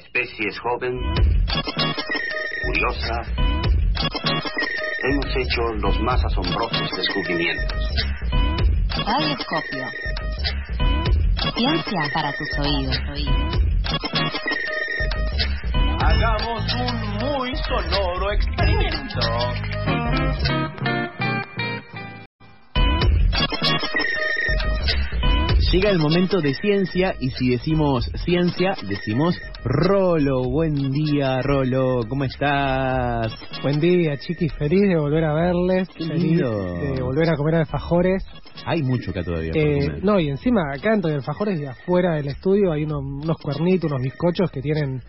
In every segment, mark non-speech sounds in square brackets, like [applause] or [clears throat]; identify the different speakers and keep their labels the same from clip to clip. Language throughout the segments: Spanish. Speaker 1: especie es joven, curiosa. Hemos hecho los más asombrosos descubrimientos.
Speaker 2: Radioscopio. Ciencia para tus oídos.
Speaker 3: Hagamos un muy sonoro experimento.
Speaker 4: Llega el momento de ciencia y si decimos ciencia, decimos Rolo. Buen día, Rolo. ¿Cómo estás?
Speaker 5: Buen día, chiquis. Feliz de volver a verles.
Speaker 4: Qué
Speaker 5: feliz
Speaker 4: lindo.
Speaker 5: de volver a comer alfajores.
Speaker 4: Hay mucho acá todavía. por
Speaker 5: Eh,
Speaker 4: comer.
Speaker 5: no, y encima acá entre alfajores y afuera del estudio hay uno- unos cuernitos, unos bizcochos que tienen, no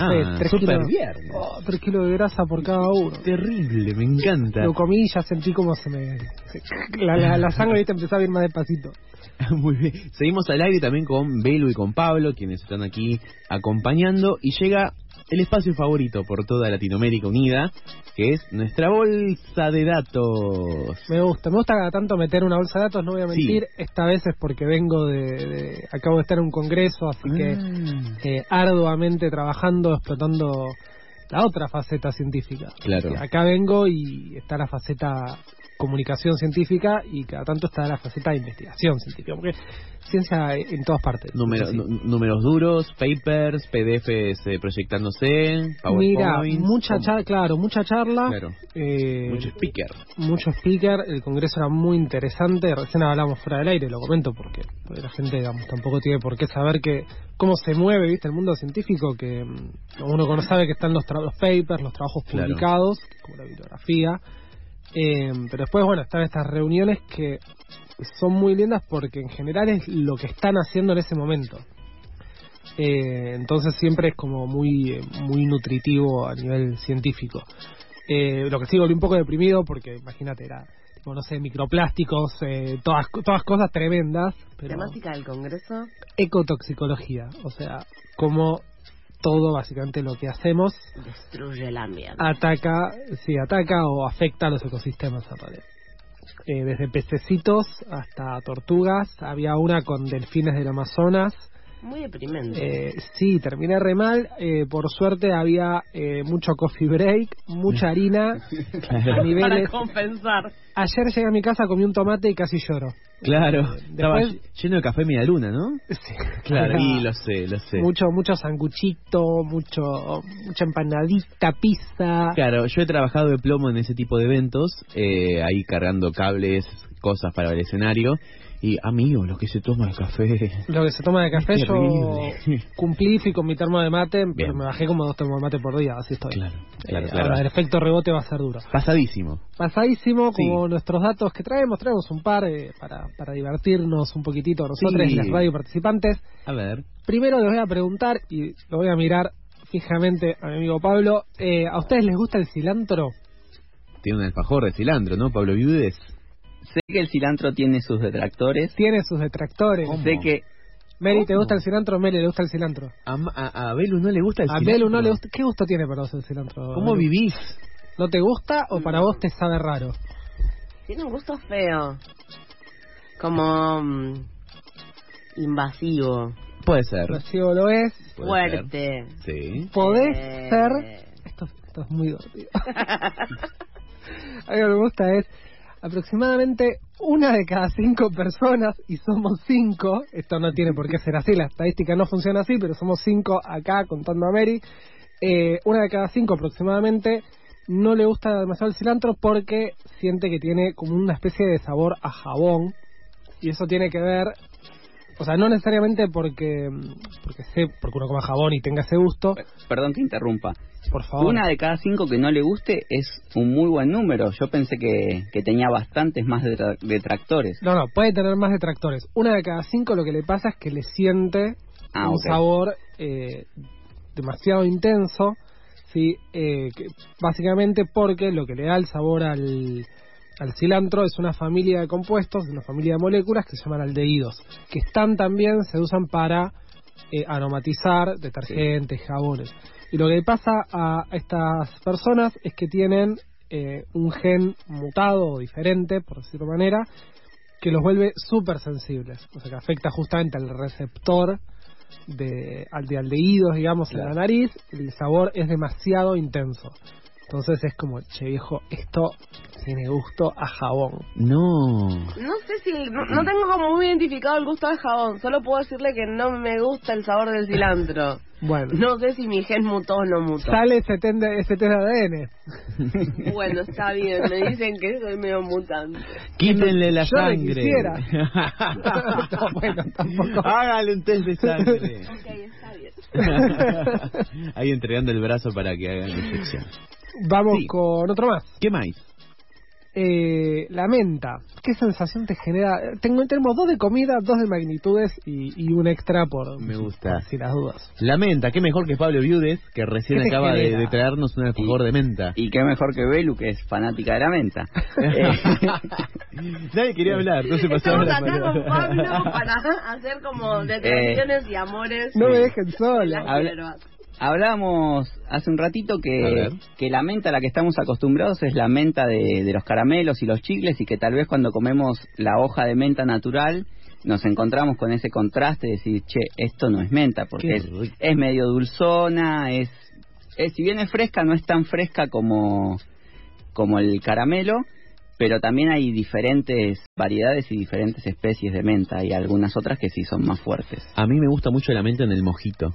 Speaker 4: Ah,
Speaker 5: sé, 3
Speaker 4: súper
Speaker 5: kilos,
Speaker 4: viernes.
Speaker 5: Oh, tres kilos de grasa por cada uno.
Speaker 4: Terrible, me encanta.
Speaker 5: Lo comí y ya sentí como se me... se- la, la, la sangre ahorita empezó a ir más despacito.
Speaker 4: [laughs] Muy bien. Seguimos al aire también con Belu y con Pablo, quienes están aquí acompañando. Y llega el espacio favorito por toda Latinoamérica Unida, que es nuestra bolsa de datos.
Speaker 5: Me gusta, me gusta cada tanto meter una bolsa de datos, no voy a
Speaker 4: Sí.
Speaker 5: mentir. Esta vez es porque vengo de, de- Acabo de estar en un congreso, así que...
Speaker 4: Ah.
Speaker 5: eh, arduamente trabajando, explotando la otra faceta científica.
Speaker 4: Claro.
Speaker 5: Eh, Acá vengo y está la faceta comunicación científica y cada tanto está la faceta de investigación científica, porque ciencia en todas partes.
Speaker 4: Número-
Speaker 5: es así.
Speaker 4: nu- números duros, papers, PDFs eh, proyectándose,
Speaker 5: Mira,
Speaker 4: PowerPoint.
Speaker 5: mucha
Speaker 4: ¿Cómo?
Speaker 5: charla, claro, mucha charla,
Speaker 4: Claro.
Speaker 5: eh,
Speaker 4: Mucho
Speaker 5: [laughs]
Speaker 4: speaker.
Speaker 5: mucho speaker, el congreso era muy interesante, recién hablamos fuera del aire, lo comento porque la gente digamos, tampoco tiene por qué saber que cómo se mueve ¿viste? el mundo científico, que mm, uno cono- sabe que están los, tra- los papers, los trabajos
Speaker 4: Claro.
Speaker 5: publicados, como la bibliografía, eh, pero después, bueno, están estas reuniones que son muy lindas porque en general es lo que están haciendo en ese momento. Eh, entonces siempre es como muy, eh, muy nutritivo a nivel científico. Eh, lo que sí volví un poco deprimido porque imagínate, era tipo, no sé, microplásticos, eh, todas, todas cosas tremendas, pero
Speaker 6: Temática del Congreso.
Speaker 5: ecotoxicología, o sea, como todo básicamente lo que hacemos
Speaker 6: Destruye el ambiente.
Speaker 5: Ah. ataca, sí, ataca o afecta a los ecosistemas en realidad. Eh, desde pececitos hasta tortugas, había una con delfines del Amazonas,
Speaker 6: Muy deprimente.
Speaker 5: eh, sí, terminé re mal. eh, por suerte había eh, mucho coffee break, mucha
Speaker 4: [laughs]
Speaker 5: harina, a
Speaker 6: Para
Speaker 5: niveles.
Speaker 6: compensar.
Speaker 5: Ayer llegué a mi casa, comí un tomate y casi lloro.
Speaker 4: Claro,
Speaker 5: Eh,
Speaker 4: estaba
Speaker 5: después-
Speaker 4: ll- lleno de café media luna, ¿no?
Speaker 5: Sí.
Speaker 4: Claro,
Speaker 5: Era
Speaker 4: y lo sé, lo sé.
Speaker 5: Mucho, mucho sanguchito, mucho, mucha empanadita, pizza.
Speaker 4: Claro, yo he trabajado de plomo en ese tipo de eventos, eh, ahí cargando cables, cosas para el escenario. Y, amigo, lo que se toma el café.
Speaker 5: Lo que se toma de café,
Speaker 4: Es
Speaker 5: yo
Speaker 4: terrible. [laughs]
Speaker 5: cumplí, fui con mi termo de mate, pero
Speaker 4: Bien.
Speaker 5: me bajé como dos termos de mate por día, así estoy.
Speaker 4: Claro, claro,
Speaker 5: Eh,
Speaker 4: claro.
Speaker 5: ahora el efecto rebote va a ser duro.
Speaker 4: Pasadísimo.
Speaker 5: Pasadísimo,
Speaker 4: Sí.
Speaker 5: como nuestros datos que traemos, traemos un par eh, para, para divertirnos un poquitito nosotros
Speaker 4: Sí.
Speaker 5: y las radio participantes.
Speaker 4: A ver.
Speaker 5: Primero les voy a preguntar, y lo voy a mirar fijamente a mi amigo Pablo, eh, ¿a ustedes les gusta el cilantro?
Speaker 4: Tiene un alfajor de cilantro, ¿no, Pablo Viudes?
Speaker 7: Sé que el cilantro tiene sus detractores.
Speaker 5: Tiene sus detractores.
Speaker 4: ¿Cómo?
Speaker 7: Sé que
Speaker 5: Meri, ¿te
Speaker 4: ¿Cómo?
Speaker 5: gusta el cilantro? Meli, ¿le gusta el cilantro?
Speaker 4: A, Ma- a, a Belu no le gusta el
Speaker 5: a
Speaker 4: cilantro.
Speaker 5: Belu no le gusta. ¿Qué gusto tiene para vos el cilantro?
Speaker 4: ¿Cómo
Speaker 5: Belu?
Speaker 4: vivís?
Speaker 5: ¿No te gusta o para vos te sabe raro?
Speaker 6: Tiene un gusto feo. Como. mm, invasivo.
Speaker 4: Puede ser.
Speaker 5: Recibo lo es.
Speaker 4: puede
Speaker 6: fuerte.
Speaker 4: ser. Sí.
Speaker 5: Podés
Speaker 6: Eh,
Speaker 5: ser Esto, esto es muy divertido. [laughs] Algo que me gusta es aproximadamente una de cada cinco personas, y somos cinco, esto no tiene por qué ser así, la estadística no funciona así, pero somos cinco acá contando a Mary, eh, una de cada cinco aproximadamente no le gusta demasiado el cilantro porque siente que tiene como una especie de sabor a jabón, y eso tiene que ver... O sea, no necesariamente porque porque sé, porque uno coma jabón y tenga ese gusto,
Speaker 7: Perdón que interrumpa.
Speaker 5: por favor.
Speaker 7: Una de cada cinco que no le guste es un muy buen número. Yo pensé que, que tenía bastantes más detra- detractores.
Speaker 5: No, no, puede tener más detractores. Una de cada cinco lo que le pasa es que le siente
Speaker 7: Ah,
Speaker 5: un
Speaker 7: ok.
Speaker 5: sabor eh, demasiado intenso, ¿sí? Eh, que básicamente porque lo que le da el sabor al, al cilantro es una familia de compuestos, una familia de moléculas que se llaman aldehídos, que están también, se usan para eh, aromatizar detergentes, jabones. Y lo que le pasa a estas personas es que tienen eh, un gen mutado o diferente, por decirlo de manera, que los vuelve súper sensibles, o sea que afecta justamente al receptor de, al- de aldehídos, digamos, en la nariz, el sabor es demasiado intenso. Entonces es como, che viejo, esto tiene gusto a jabón.
Speaker 4: No.
Speaker 6: No sé si. No, no tengo como muy identificado el gusto del jabón. Solo puedo decirle que no me gusta el sabor del cilantro.
Speaker 5: Bueno,
Speaker 6: No sé si mi gen mutó o no mutó.
Speaker 5: sale ese test de ese test de ADN.
Speaker 6: Bueno, está bien. Me dicen que soy medio mutante.
Speaker 4: Quítenle la
Speaker 5: Yo le
Speaker 4: sangre.
Speaker 5: quisiera. No, bueno, tampoco.
Speaker 4: Hágale un test de sangre.
Speaker 6: Ok, está bien.
Speaker 4: Ahí entregando el brazo para que hagan la inyección.
Speaker 5: Vamos
Speaker 4: Sí.
Speaker 5: con otro más.
Speaker 4: ¿Qué más?
Speaker 5: Eh, la menta, ¿qué sensación te genera? Tengo, tenemos dos de comida, dos de magnitudes y, y un extra por
Speaker 4: Me gusta.
Speaker 5: si las dudas.
Speaker 4: La menta, qué mejor que Pablo Viudes, que recién
Speaker 5: ¿Qué te
Speaker 4: acaba de,
Speaker 5: genera?
Speaker 4: de traernos un alfajor de menta.
Speaker 7: Y qué mejor que Belu, que es fanática de la menta. Eh,
Speaker 4: Nadie quería hablar, no se pasaba
Speaker 6: Estamos
Speaker 4: la
Speaker 6: acá con
Speaker 5: [laughs]
Speaker 6: Pablo
Speaker 4: palabra.
Speaker 6: para hacer como detenciones y amores.
Speaker 5: No me
Speaker 6: Sí.
Speaker 5: dejen sola.
Speaker 6: Las
Speaker 4: Ah.
Speaker 7: Habla-
Speaker 6: hierbas.
Speaker 7: Hablábamos hace un ratito
Speaker 4: A
Speaker 7: que,
Speaker 4: ver.
Speaker 7: que la menta a la que estamos acostumbrados es la menta de, de los caramelos y los chicles y que tal vez cuando comemos la hoja de menta natural nos encontramos con ese contraste de decir, che, esto no es menta
Speaker 4: Qué
Speaker 7: porque es,
Speaker 4: rico.
Speaker 7: es medio dulzona, es, es- si bien es fresca no es tan fresca como, como el caramelo. Pero también hay diferentes variedades y diferentes especies de menta y algunas otras que sí son más fuertes.
Speaker 4: A mí me gusta mucho la menta en el mojito.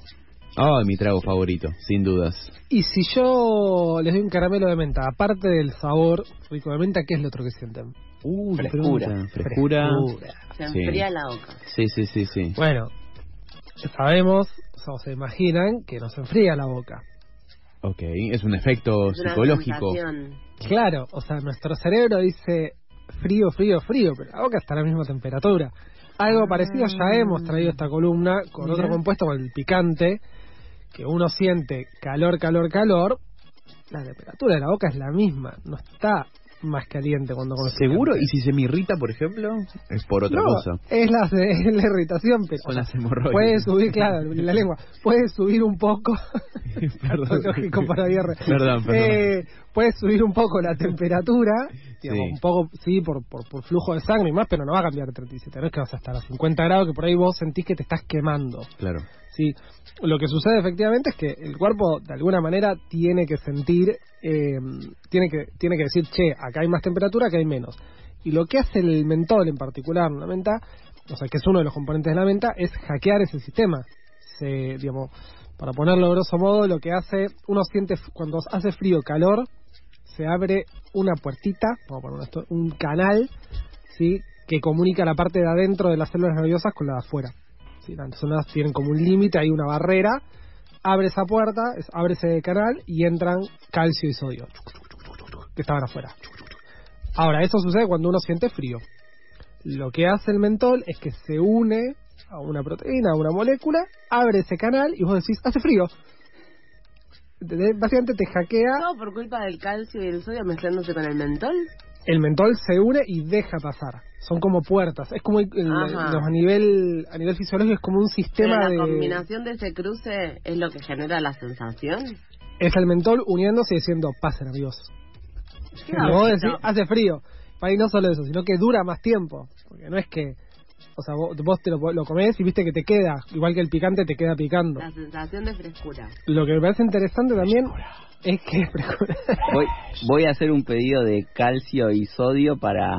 Speaker 4: Ay, mi trago favorito, sin dudas.
Speaker 5: Y si yo les doy un caramelo de menta, aparte del sabor rico de menta, ¿qué es lo otro que sienten?
Speaker 4: Uh, qué
Speaker 7: Frescura.
Speaker 4: pregunta. Frescura.
Speaker 6: Se
Speaker 4: Sí.
Speaker 6: enfría la boca.
Speaker 4: Sí, sí, sí, sí.
Speaker 5: Bueno, sabemos, o sea, se imaginan que nos enfría la boca.
Speaker 4: Ok, es un efecto
Speaker 6: Es una
Speaker 4: psicológico.
Speaker 6: sensación.
Speaker 5: Claro, o sea, nuestro cerebro dice frío, frío, frío, pero la boca está a la misma temperatura. Algo parecido ya hemos traído esta columna con otro compuesto, con el picante, que uno siente calor, calor, calor. La temperatura de la boca es la misma, no está más caliente cuando comes
Speaker 4: ¿Seguro?
Speaker 5: picante.
Speaker 4: ¿Y si se me irrita, por ejemplo? Es por otra
Speaker 5: No,
Speaker 4: cosa.
Speaker 5: Es la, [laughs] es la irritación, pero
Speaker 4: Son las hemorroides. [laughs]
Speaker 5: puede subir, claro, la lengua, puede subir un poco. [laughs]
Speaker 4: [laughs] Perdón.
Speaker 5: Lógico para IR.
Speaker 4: Perdón, perdón.
Speaker 5: Eh, puede subir un poco la temperatura, digamos,
Speaker 4: Sí.
Speaker 5: un poco, sí, por, por, por flujo de sangre y más, pero no va a cambiar de 37, no es que vas a estar a 50 grados, que por ahí vos sentís que te estás quemando,
Speaker 4: Claro.
Speaker 5: ¿sí? Lo que sucede efectivamente es que el cuerpo, de alguna manera, tiene que sentir, eh, tiene, que, tiene que decir, che, acá hay más temperatura, acá hay menos. Y lo que hace el mentol en particular, la menta, o sea, que es uno de los componentes de la menta, es hackear ese sistema. Se, digamos, para ponerlo a grosso modo, lo que hace, uno siente f- cuando hace frío, calor, se abre una puertita, vamos a poner esto, un canal, ¿sí? Que comunica la parte de adentro de las células nerviosas con la de afuera. ¿sí? Las células tienen como un límite, hay una barrera, abre esa puerta, es- abre ese canal y entran calcio y sodio, que estaban afuera. Ahora, eso sucede cuando uno siente frío. Lo que hace el mentol es que se une a una proteína, a una molécula, abre ese canal y vos decís, hace frío. ¿Entendés? Básicamente te hackea
Speaker 6: Todo por culpa del calcio y el sodio mezclándose con el mentol.
Speaker 5: el mentol se une y deja pasar. Son como puertas. Es como el- el-
Speaker 6: Ajá.
Speaker 5: los a nivel a nivel fisiológico es como un
Speaker 6: Pero
Speaker 5: sistema
Speaker 6: la
Speaker 5: de
Speaker 6: combinación de ese cruce es lo que genera la sensación.
Speaker 5: es el mentol uniéndose y diciendo pasen amigos.
Speaker 6: Qué
Speaker 5: Y vos
Speaker 6: bonito.
Speaker 5: decís, ah, hace frío. Para ahí no solo eso, sino que dura más tiempo, porque no es que o sea, vos, vos te lo, lo comés y viste que te queda, igual que el picante te queda picando.
Speaker 6: La sensación de frescura.
Speaker 5: Lo que me parece interesante también es que [laughs]
Speaker 7: Voy, voy a hacer un pedido de calcio y sodio para,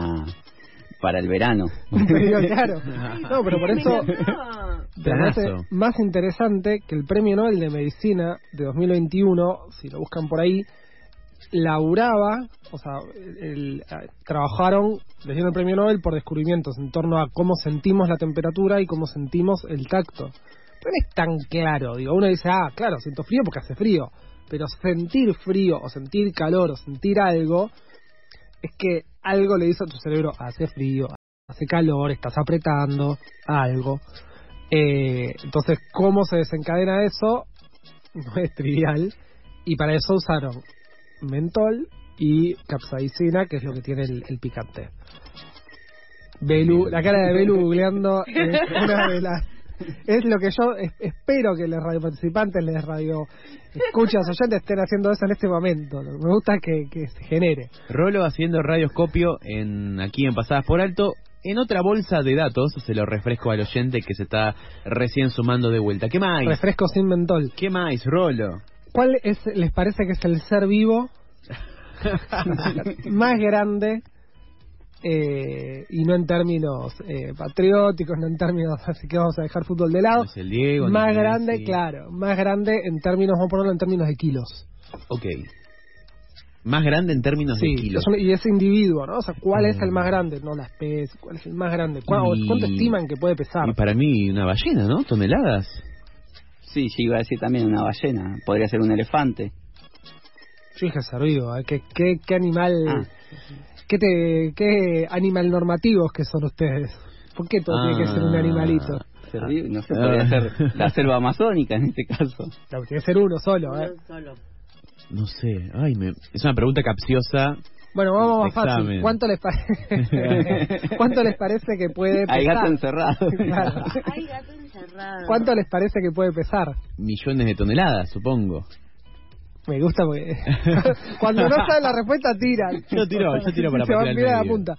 Speaker 7: para el verano.
Speaker 5: un pedido claro. No, pero por
Speaker 6: Sí,
Speaker 5: eso
Speaker 6: me encantó.
Speaker 5: Pero me hace
Speaker 4: Planazo.
Speaker 5: más interesante que el premio Nobel de Medicina de 2021, si lo buscan por ahí, laburaba, o sea, el- eh, trabajaron, le dieron el premio Nobel por descubrimientos en torno a cómo sentimos la temperatura y cómo sentimos el tacto. Pero no es tan claro, digo, uno dice, ah, claro, siento frío porque hace frío, pero sentir frío o sentir calor o sentir algo es que algo le dice a tu cerebro, hace frío, hace calor, estás apretando, algo. Eh, entonces, ¿cómo se desencadena eso? [laughs] No es trivial. Y para eso usaron mentol y capsaicina, que es lo que tiene el, el picante. Belu, la cara de Belu googleando es una de las- Es lo que yo es- espero que los radioparticipantes, les radio escuchas oyentes estén haciendo eso en este momento. Lo que Me gusta es que, que se genere.
Speaker 4: Rolo haciendo radioscopio en aquí en Pasadas por Alto en otra bolsa de datos, se lo refresco al oyente que se está recién sumando de vuelta. ¿Qué más?
Speaker 5: Refresco sin mentol.
Speaker 4: ¿Qué más, Rolo?
Speaker 5: ¿Cuál es, les parece que es el ser vivo más grande? eh, y no en términos eh, patrióticos, no en términos así que vamos a dejar fútbol de lado.
Speaker 4: No es el Diego, no
Speaker 5: más
Speaker 4: es
Speaker 5: grande,
Speaker 4: Messi.
Speaker 5: claro, más grande en términos, vamos a ponerlo en términos de kilos.
Speaker 4: Ok. Más grande en términos
Speaker 5: Sí,
Speaker 4: de kilos.
Speaker 5: es un- y es individuo, ¿no? O sea, ¿cuál es el
Speaker 4: Mm.
Speaker 5: más grande? No la especie, ¿cuál es el más grande? ¿Cuá-
Speaker 4: Y-
Speaker 5: ¿Cuánto estiman que puede pesar?
Speaker 4: Y para mí una ballena, ¿no? Toneladas.
Speaker 7: Sí, yo iba a decir también una ballena. Podría ser un elefante.
Speaker 5: Yo dije servido, ¿eh? ¿Qué, qué, qué animal,
Speaker 7: Ah.
Speaker 5: qué, te, qué animal normativos que son ustedes? ¿Por qué todo tiene que ser un
Speaker 4: Ah.
Speaker 5: animalito?
Speaker 7: Servir, No sé, podría ser la selva amazónica en este caso.
Speaker 5: No, tiene que ser uno solo, ¿eh?
Speaker 6: Uno solo.
Speaker 4: No sé. Ay, me... es una pregunta capciosa.
Speaker 5: Bueno, vamos más fácil.
Speaker 4: Examen.
Speaker 5: ¿Cuánto les, pa- [laughs] ¿Cuánto les parece que puede pesar?
Speaker 7: Hay gato encerrado.
Speaker 5: [laughs] Claro.
Speaker 6: Ay, gato encerrado.
Speaker 5: ¿Cuánto les parece que puede pesar?
Speaker 4: Millones de toneladas, supongo.
Speaker 5: Me gusta
Speaker 4: [laughs]
Speaker 5: porque cuando no saben la respuesta tiran.
Speaker 4: Yo tiro, yo tiro para
Speaker 5: Se van
Speaker 4: patear al
Speaker 5: bien a la
Speaker 4: medio.
Speaker 5: punta.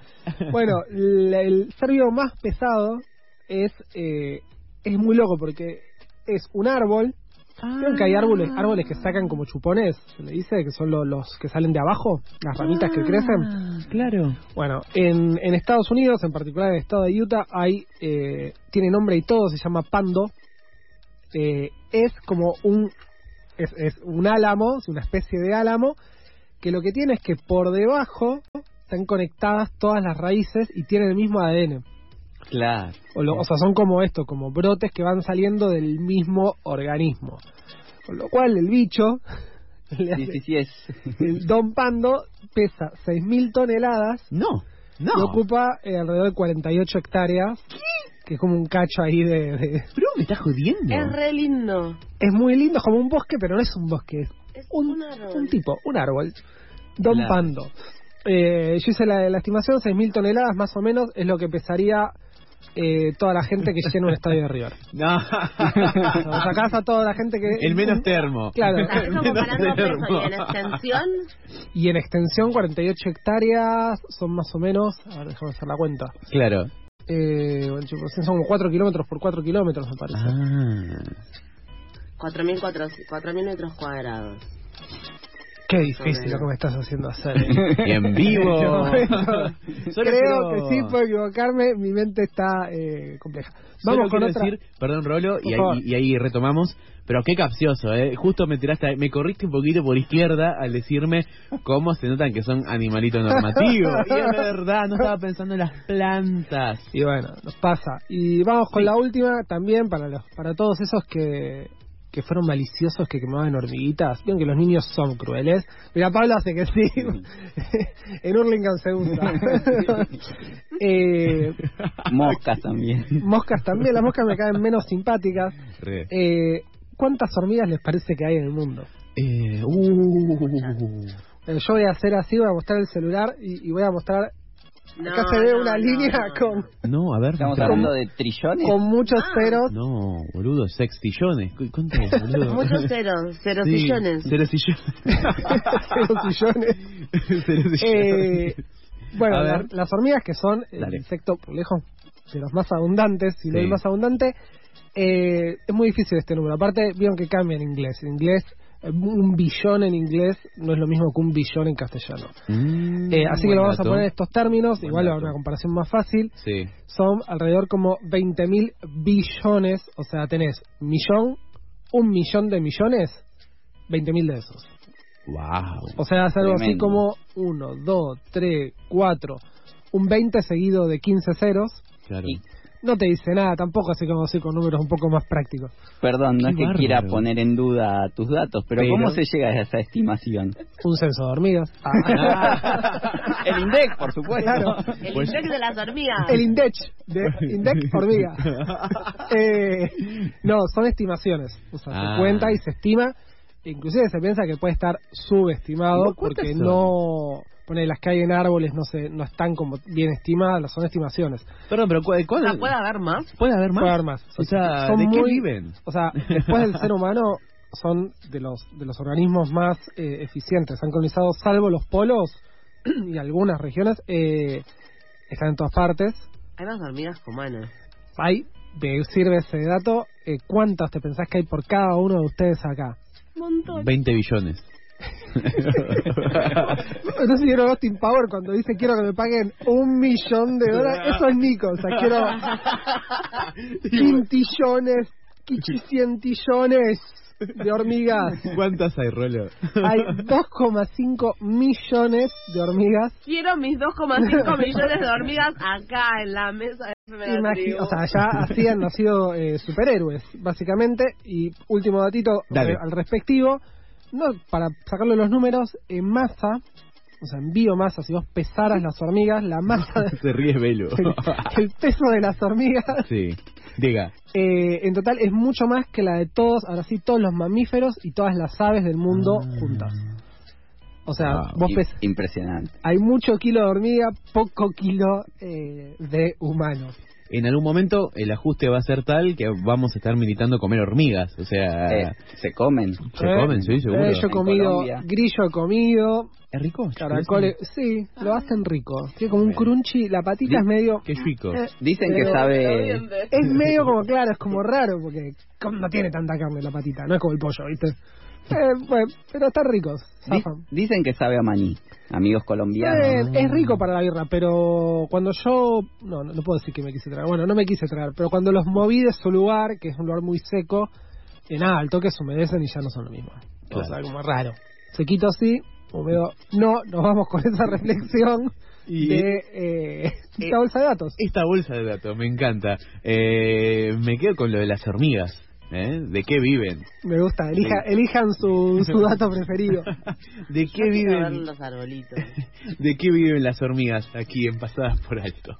Speaker 5: Bueno, el, el serbio más pesado es eh, es muy loco porque es un árbol. Creo que hay árboles,
Speaker 4: Ah.
Speaker 5: árboles que sacan como chupones, se le dice, que son lo- los que salen de abajo, las ramitas que crecen.
Speaker 4: Ah, Claro.
Speaker 5: Bueno, en, en Estados Unidos, en particular en el estado de Utah, hay eh, tiene nombre y todo, se llama pando. Eh, es como un es, es un álamo, es una especie de álamo que lo que tiene es que por debajo están conectadas todas las raíces y tienen el mismo ADN.
Speaker 7: Claro.
Speaker 5: O, lo- o sea, son como esto, como brotes que van saliendo del mismo organismo. Con lo cual el bicho [laughs] le
Speaker 7: Sí,
Speaker 5: hace-
Speaker 7: sí, sí, es.
Speaker 5: el Don Pando pesa 6.000 toneladas
Speaker 4: No, no.
Speaker 5: y ocupa eh, alrededor de 48 hectáreas, que es como un cacho ahí de, de-
Speaker 4: Pero me estás jodiendo.
Speaker 6: Es re lindo.
Speaker 5: Es muy lindo, es como un bosque, pero no es un bosque, es
Speaker 6: Es
Speaker 5: un,
Speaker 6: un árbol.
Speaker 5: un tipo, un árbol. Don
Speaker 4: Claro.
Speaker 5: Pando. Eh, yo hice la, la estimación, 6.000 toneladas más o menos es lo que pesaría eh, toda la gente que
Speaker 4: [laughs]
Speaker 5: llena un estadio de River.
Speaker 4: No.
Speaker 5: O [laughs] sea, sacás a toda la gente que...
Speaker 4: El menos termo. [laughs]
Speaker 5: Claro.
Speaker 6: O sea, es
Speaker 5: [laughs]
Speaker 6: como
Speaker 4: No
Speaker 6: comparando
Speaker 4: sé,
Speaker 6: peso y en
Speaker 4: hermano.
Speaker 6: extensión.
Speaker 5: Y en extensión 48 hectáreas son más o menos... A ver, déjame hacer la cuenta.
Speaker 4: Claro.
Speaker 5: Eh, 48%, son 4 kilómetros por 4 kilómetros, me parece.
Speaker 4: Ah.
Speaker 6: 4.400 4.000 metros cuadrados.
Speaker 5: Qué difícil lo que me estás haciendo hacer.
Speaker 4: [laughs]
Speaker 5: eh.
Speaker 4: Y en vivo.
Speaker 5: [laughs]
Speaker 4: Solo
Speaker 5: Creo
Speaker 4: quiero-
Speaker 5: que sí, puedo equivocarme, mi mente está eh, compleja.
Speaker 4: Vamos
Speaker 5: Vamos con otra.
Speaker 4: decir, perdón Rolo,
Speaker 5: Por
Speaker 4: y ahí,
Speaker 5: favor.
Speaker 4: y ahí retomamos, pero qué capcioso, ¿eh? Justo me tiraste, me corriste un poquito por izquierda al decirme cómo se notan que son animalitos normativos. y es verdad, no estaba pensando en las plantas.
Speaker 5: Y bueno, nos pasa. Y vamos con la última también para los para todos esos que, que fueron maliciosos, que quemaban hormiguitas. Vieron que los niños son crueles. Mira, Pablo hace que sí. [laughs] en Hurlingham se [laughs] usa. eh,
Speaker 7: Moscas también.
Speaker 5: moscas también. Las moscas me caen menos simpáticas.
Speaker 4: Re.
Speaker 5: Eh, ¿Cuántas hormigas les parece que hay en el mundo?
Speaker 4: Eh, uh.
Speaker 5: Eh, yo voy a hacer así, voy a mostrar el celular y, y voy a mostrar...
Speaker 6: No,
Speaker 5: acá se ve
Speaker 6: no,
Speaker 5: una
Speaker 6: no,
Speaker 5: línea
Speaker 6: no, no.
Speaker 5: con,
Speaker 4: No, a ver.
Speaker 7: Estamos
Speaker 4: mostrame.
Speaker 7: hablando de trillones.
Speaker 5: con muchos
Speaker 6: Ah.
Speaker 5: ceros.
Speaker 4: No, boludo, sextillones. Cu-
Speaker 5: [laughs]
Speaker 4: ¿Cuánto es, boludo?
Speaker 6: Muchos ceros, ceros
Speaker 4: Sí,
Speaker 6: sillones.
Speaker 4: Cero [laughs] sillones.
Speaker 5: [laughs] ceros
Speaker 4: [laughs]
Speaker 5: sillones.
Speaker 4: Cero
Speaker 5: Eh,
Speaker 4: sillones.
Speaker 5: bueno,
Speaker 4: A
Speaker 5: la-
Speaker 4: ver.
Speaker 5: las hormigas que son el
Speaker 4: Dale.
Speaker 5: insecto por lejos de los más abundantes, si no
Speaker 4: Sí.
Speaker 5: el más abundante, eh, es muy difícil este número. Aparte, vieron que cambia en inglés. En inglés, eh, un billón en inglés no es lo mismo que un billón en castellano.
Speaker 4: Mm,
Speaker 5: Eh, así que
Speaker 4: buen
Speaker 5: lo vamos
Speaker 4: dato.
Speaker 5: a poner en estos términos,
Speaker 4: Buen
Speaker 5: igual a
Speaker 4: dato.
Speaker 5: una comparación más fácil.
Speaker 4: Sí.
Speaker 5: son alrededor como 20 mil billones, o sea, tenés millón, un millón de millones, 20 mil de esos.
Speaker 4: Wow.
Speaker 5: O sea, es algo así
Speaker 7: Tremendo.
Speaker 5: como 1, 2, 3, 4, un 20 seguido de 15 ceros.
Speaker 4: Claro.
Speaker 7: Y-
Speaker 5: No te dice nada tampoco, así que vamos a ir con números un poco más prácticos.
Speaker 7: Perdón, no
Speaker 4: Qué
Speaker 7: es que quiera
Speaker 4: bárbaro.
Speaker 7: poner en duda tus datos, pero,
Speaker 4: Pero-
Speaker 7: ¿cómo se llega a esa estimación?
Speaker 5: Un censo de hormigas.
Speaker 7: Ah, el INDEC, por supuesto.
Speaker 5: Claro.
Speaker 6: El
Speaker 4: Pues-
Speaker 6: insecto de las hormigas.
Speaker 5: El INDEC, de
Speaker 4: [laughs]
Speaker 5: INDEC hormiga. Eh, no, son estimaciones. O sea,
Speaker 4: Ah.
Speaker 5: se cuenta y se estima. Inclusive se piensa que puede estar subestimado
Speaker 4: ¿Vos cuántas
Speaker 5: porque
Speaker 4: son?
Speaker 5: no... Pone las que hay en árboles no se, no están como bien estimadas, son estimaciones.
Speaker 4: Perdón, pero ¿cu- eh,
Speaker 6: O sea,
Speaker 4: ¿cuál?
Speaker 6: ¿Puede haber más?
Speaker 4: ¿Puede haber más?
Speaker 5: Puede haber más.
Speaker 4: O sea,
Speaker 5: Ah, Son
Speaker 4: ¿de qué
Speaker 5: muy-
Speaker 4: viven?
Speaker 5: O sea, después del ser humano son de los de los organismos más eh, eficientes. Han colonizado, [clears throat] salvo los polos y algunas regiones, eh, están en todas partes.
Speaker 6: Hay más hormigas que humanas.
Speaker 5: Hay, te sirve ese dato, eh, ¿cuántas te pensás que hay por cada uno de ustedes acá?
Speaker 6: Un montón.
Speaker 4: 20
Speaker 5: [laughs]
Speaker 4: billones.
Speaker 5: Entonces yo no Austin Power cuando dice quiero que me paguen un millón de dólares, eso es Nico, o sea, quiero quintillones, quichicientillones de hormigas.
Speaker 4: ¿Cuántas hay, Rolo? [laughs]
Speaker 5: Hay 2,5 millones de hormigas.
Speaker 6: Quiero mis 2,5 millones de hormigas acá en la mesa de FM la
Speaker 5: Imagi-
Speaker 6: tribu.
Speaker 5: o sea, ya así han nacido eh, superhéroes, básicamente. Y último datito
Speaker 4: Dale.
Speaker 5: eh, al respectivo, no para sacarle los números, en masa, o sea, en biomasa, si vos pesaras las hormigas, la
Speaker 4: [laughs]
Speaker 5: masa,
Speaker 4: Se ríe
Speaker 5: [laughs]
Speaker 4: Velo.
Speaker 5: el, el peso de las hormigas,
Speaker 4: sí. Diga.
Speaker 5: eh, en total es mucho más que la de todos, ahora sí, todos los mamíferos y todas las aves del mundo juntas. O sea,
Speaker 4: Mm. Ah,
Speaker 5: vos
Speaker 7: I-
Speaker 5: pes-
Speaker 7: Impresionante.
Speaker 5: hay mucho kilo de hormiga, poco kilo eh, de humano.
Speaker 4: En algún momento el ajuste va a ser tal que vamos a estar militando comer hormigas. O sea,
Speaker 7: Eh, se comen.
Speaker 4: se
Speaker 5: Eh,
Speaker 4: comen, sí, seguro.
Speaker 5: eh, yo he
Speaker 7: En
Speaker 5: comido
Speaker 7: Colombia.
Speaker 5: grillo, he comido
Speaker 4: Es rico.
Speaker 5: caracoles. Sí,
Speaker 7: Ah.
Speaker 5: lo hacen rico. Tiene como un
Speaker 7: Bien.
Speaker 5: crunchy. La patita es medio.
Speaker 4: Qué chico.
Speaker 5: eh,
Speaker 7: Dicen que
Speaker 5: pero
Speaker 7: sabe.
Speaker 5: Es medio
Speaker 7: [laughs]
Speaker 5: como, claro, es como raro porque como no tiene tanta carne la patita. No es como el pollo,
Speaker 4: [laughs]
Speaker 5: ¿viste? Eh, bueno, pero están ricos.
Speaker 7: di-
Speaker 5: zafan.
Speaker 7: dicen que sabe a maní. Amigos
Speaker 5: Eh,
Speaker 7: colombianos.
Speaker 5: es rico para la birra, pero cuando yo. No, no, no puedo decir que me quise traer. Bueno, no me quise traer, pero cuando los moví de su lugar, que es un lugar muy seco, en nada, al toque se humedecen y ya no son lo mismo. O
Speaker 4: Claro.
Speaker 5: sea, como raro. Sequito sí, húmedo no. Nos vamos con esa reflexión
Speaker 4: Y- eh,
Speaker 5: de eh, esta bolsa de datos.
Speaker 4: Esta bolsa de datos, me encanta. Eh, me quedo con lo de las hormigas. ¿eh? ¿De qué viven?
Speaker 5: Me gusta, elija,
Speaker 4: eh,
Speaker 5: elijan su, su
Speaker 4: [laughs]
Speaker 5: dato preferido.
Speaker 4: ¿De
Speaker 6: Yo
Speaker 4: qué
Speaker 6: quiero ver
Speaker 4: viven?
Speaker 6: los arbolitos.
Speaker 4: ¿De qué viven las hormigas aquí en Pasadas por Alto?